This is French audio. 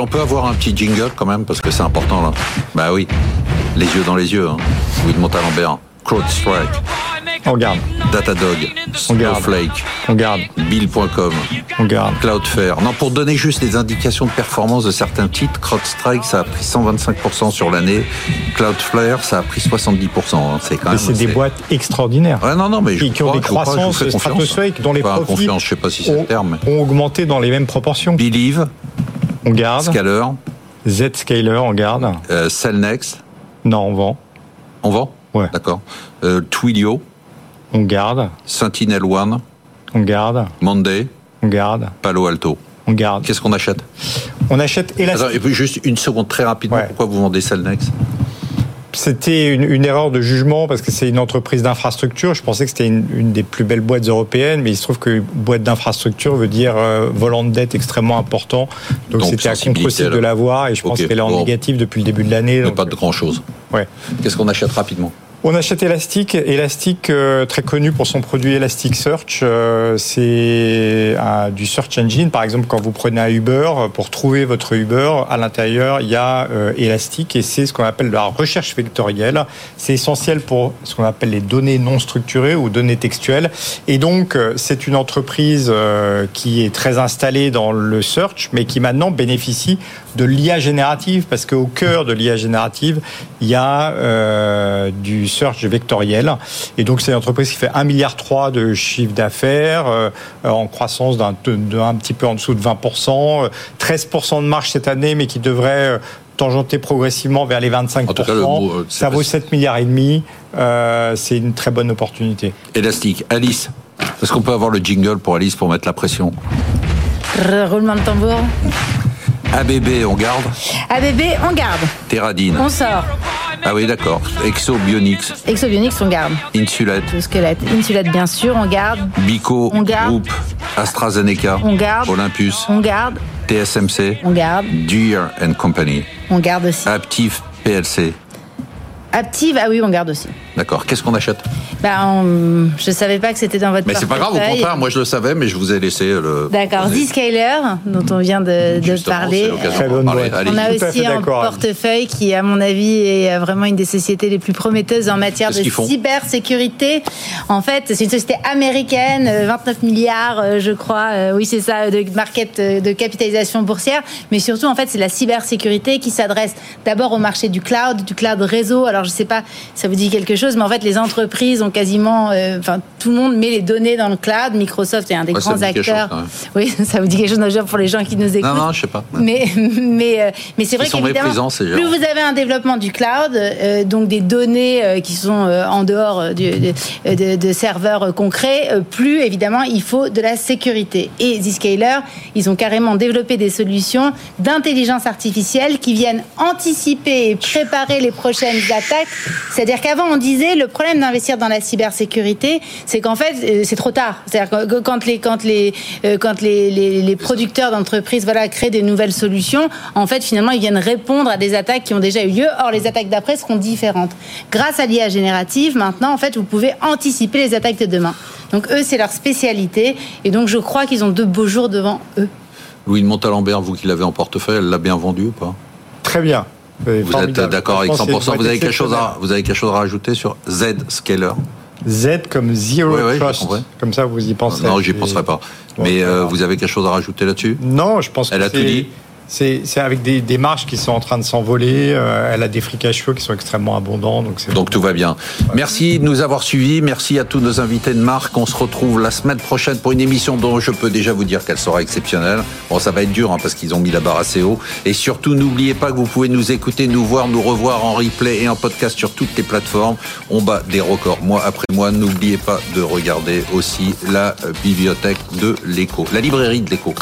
On peut avoir un petit jingle quand même, parce que c'est important là. Bah oui, les yeux dans les yeux. Hein. Louis de Montalembert, Crowd Strike, On garde, Datadog, On garde. Snowflake, on garde, Bill.com, on garde. Cloudflare. Non, pour donner juste des indications de performance de certains titres, CrowdStrike, ça a pris 125% sur l'année. Cloudflare, ça a pris 70%. hein. C'est quand Mais même. c'est des assez- boîtes extraordinaires. Ouais, non, non, mais je Et qui ont crois- des je crois, je vous croissances fais confiance. stratosphériques dont les Enfin, profits confiance, je sais pas si c'est ont, le terme. mais- ont augmenté dans les mêmes proportions. Believe, On garde. Scaler, Zscaler, on garde. euh, Cellnext, Non, on vend. on vend Ouais. D'accord. Euh, Twilio, On garde. Sentinel One, On garde. Monday, On garde. Palo Alto. On garde. Qu'est-ce qu'on achète On achète Elastic. Attends, et puis juste une seconde très rapidement, Ouais. pourquoi vous vendez Cellnex C'était une, une erreur de jugement parce que c'est une entreprise d'infrastructure. Je pensais que c'était une, une des plus belles boîtes européennes, mais il se trouve que boîte d'infrastructure veut dire euh, volant de dette extrêmement important. Donc Donc, c'était à sensibilité, contre-cycle de alors. l'avoir et je pense Ok, qu'elle est en bon. négatif depuis le début de l'année. Il n'y a donc, euh, pas de grand-chose. ouais. Qu'est-ce qu'on achète rapidement On achète Elastic. Elastic, euh, très connu pour son produit Elasticsearch. Euh, c'est un- du search engine. Par exemple, quand vous prenez un Uber, euh, pour trouver votre Uber, à l'intérieur, il y a euh, Elastic et c'est ce qu'on appelle de la recherche vectorielle. C'est essentiel pour ce qu'on appelle les données non structurées ou données textuelles. Et donc, euh, c'est une entreprise euh, qui est très installée dans le search, mais qui maintenant bénéficie de l'IA générative, parce qu'au cœur de l'IA générative, il y a euh, du search vectoriel. Et donc, c'est une entreprise qui fait 1,3 milliard de chiffre d'affaires, euh, en croissance d'un de- un petit peu en dessous de 20%, euh, 13% de marge cette année, mais qui devrait... euh, tangenter progressivement vers les 25%. En tout cas, le mot, euh, c'est ça vaut pas- 7 milliards et demi. Euh, c'est une très bonne opportunité. Elastique, Alice. Est-ce qu'on peut avoir le jingle pour Alice pour mettre la pression Re- Roulement de tambour. ABB, on garde ABB, on garde. Terradine. On sort. Ah oui, d'accord. Exo Bionics, Exobionics, on garde. Insulate, Le squelette. Insulate, bien sûr, on garde. Bico, On garde. Group, AstraZeneca, On garde. Olympus, On garde. TSMC, On garde. Deere and Company, On garde aussi. Aptiv PLC. Active, ah oui, on garde aussi. D'accord. Qu'est-ce qu'on achète Bah, on- je savais pas que c'était dans votre Mais c'est pas grave, au portefeuille. contraire, moi je le savais, mais je vous ai laissé le. D'accord. proposer. Zscaler, dont on vient de, de Justement, c'est parler. l'occasion Très d'en bonne parler. boîte. Allez-y. On a Tout à fait aussi un d'accord, Anne. portefeuille qui, à mon avis, est euh, vraiment une des sociétés les plus prometteuses en matière Qu'est-ce de qu'ils font cybersécurité. En fait, c'est une société américaine, euh, 29 milliards, euh, je crois, euh, oui c'est ça, de market euh, de capitalisation boursière. Mais surtout, en fait, c'est la cybersécurité qui s'adresse d'abord au marché du cloud, du cloud réseau. Alors, je sais pas, si ça vous dit quelque chose, mais en fait, les entreprises ont quasiment, euh, enfin, tout le monde met les données dans le cloud. Microsoft est un des Ouais, ça grands me dit quelque acteurs. chose, oui, ça vous dit quelque chose, non, je veux dire, pour les gens qui nous écoutent. Non, non, je sais pas. Mais, mais, euh, mais c'est vrai sont qu'évidemment, méprisants, ces gens. plus vous avez un développement du cloud, euh, donc des données euh, qui sont euh, en dehors euh, du- de, de- de serveurs euh, concrets, euh, plus évidemment il faut de la sécurité. Et Zscaler, ils ont carrément développé des solutions d'intelligence artificielle qui viennent anticiper et préparer les prochaines attaques. C'est-à-dire qu'avant on disait le problème d'investir dans la cybersécurité, c'est qu'en fait euh, c'est trop tard. C'est-à-dire que quand les quand les euh, quand les, les- les producteurs d'entreprises voilà créent des nouvelles solutions, en fait finalement ils viennent répondre à des attaques qui ont déjà eu lieu. Or les attaques d'après seront différentes. Grâce à l'IA générative, maintenant en fait vous pouvez anticiper les attaques de demain. Donc eux c'est leur spécialité et donc je crois qu'ils ont de beaux jours devant eux. Louis de Montalembert, vous qui l'avez en portefeuille, elle l'a bien vendu ou pas Très bien. Euh, Vous êtes d'accord avec 100% Vous avez, quelque chose à, vous avez quelque chose à rajouter sur Z-Scaler Z comme Zero Ouais, ouais, je Trust. comprends. Comme ça, vous y pensez. Non, j'y Et- penserai pas. Bon, Mais c'est pas euh, grave. vous avez quelque chose à rajouter là-dessus Non, je pense Elle que a tout c'est- dit. C'est c'est avec des, des marges qui sont en train de s'envoler. euh, elle a des free cash flow qui sont extrêmement abondants. Donc, c'est Donc tout va bien. Merci de nous avoir suivis. Merci à tous nos invités de marque. On se retrouve la semaine prochaine pour une émission dont je peux déjà vous dire qu'elle sera exceptionnelle. Bon, ça va être dur hein, parce qu'ils ont mis la barre assez haut. Et surtout, n'oubliez pas que vous pouvez nous écouter, nous voir, nous revoir en replay et en podcast sur toutes les plateformes. On bat des records mois après mois. N'oubliez pas de regarder aussi la bibliothèque de l'écho, la librairie de l'écho.